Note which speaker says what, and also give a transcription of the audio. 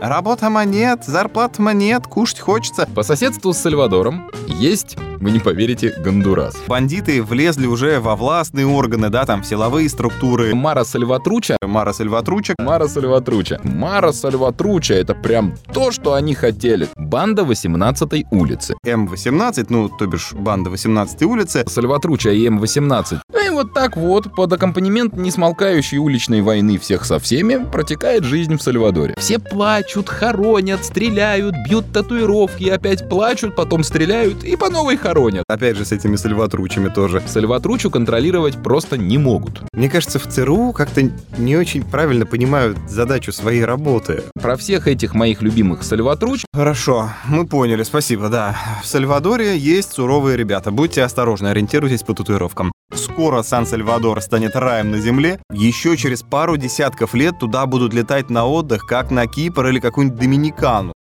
Speaker 1: Работа монет, зарплата монет, кушать хочется.
Speaker 2: По соседству с Сальвадором есть, вы не поверите, Гондурас.
Speaker 1: Бандиты влезли уже во властные органы, да, там в силовые структуры.
Speaker 2: Мара Сальватруча.
Speaker 1: Мара Сальватруча.
Speaker 2: Мара Сальватруча. Мара Сальватруча — это прям то, что они хотели. Банда 18-й улицы.
Speaker 1: М-18, ну, то бишь, банда 18-й улицы.
Speaker 2: Сальватруча и М-18. И вот так вот, под аккомпанемент несмолкающей уличной войны всех со всеми, протекает жизнь в Сальвадоре. Все плачут, хоронят, стреляют, бьют татуировки, опять плачут, потом стреляют и по новой хоронят.
Speaker 1: Опять же, с этими сальватручами тоже.
Speaker 2: Сальватручу контролировать просто не могут.
Speaker 1: Мне кажется, в ЦРУ как-то не очень правильно понимают задачу своей работы.
Speaker 2: Про всех этих моих любимых Сальватруч
Speaker 1: Хорошо, мы поняли, спасибо, да. В Сальвадоре есть суровые ребята, будьте осторожны, ориентируйтесь по татуировкам. Скоро Сан-Сальвадор станет раем на земле, еще через пару десятков лет туда будут летать на отдых, как на Кипр или какую-нибудь Доминикану.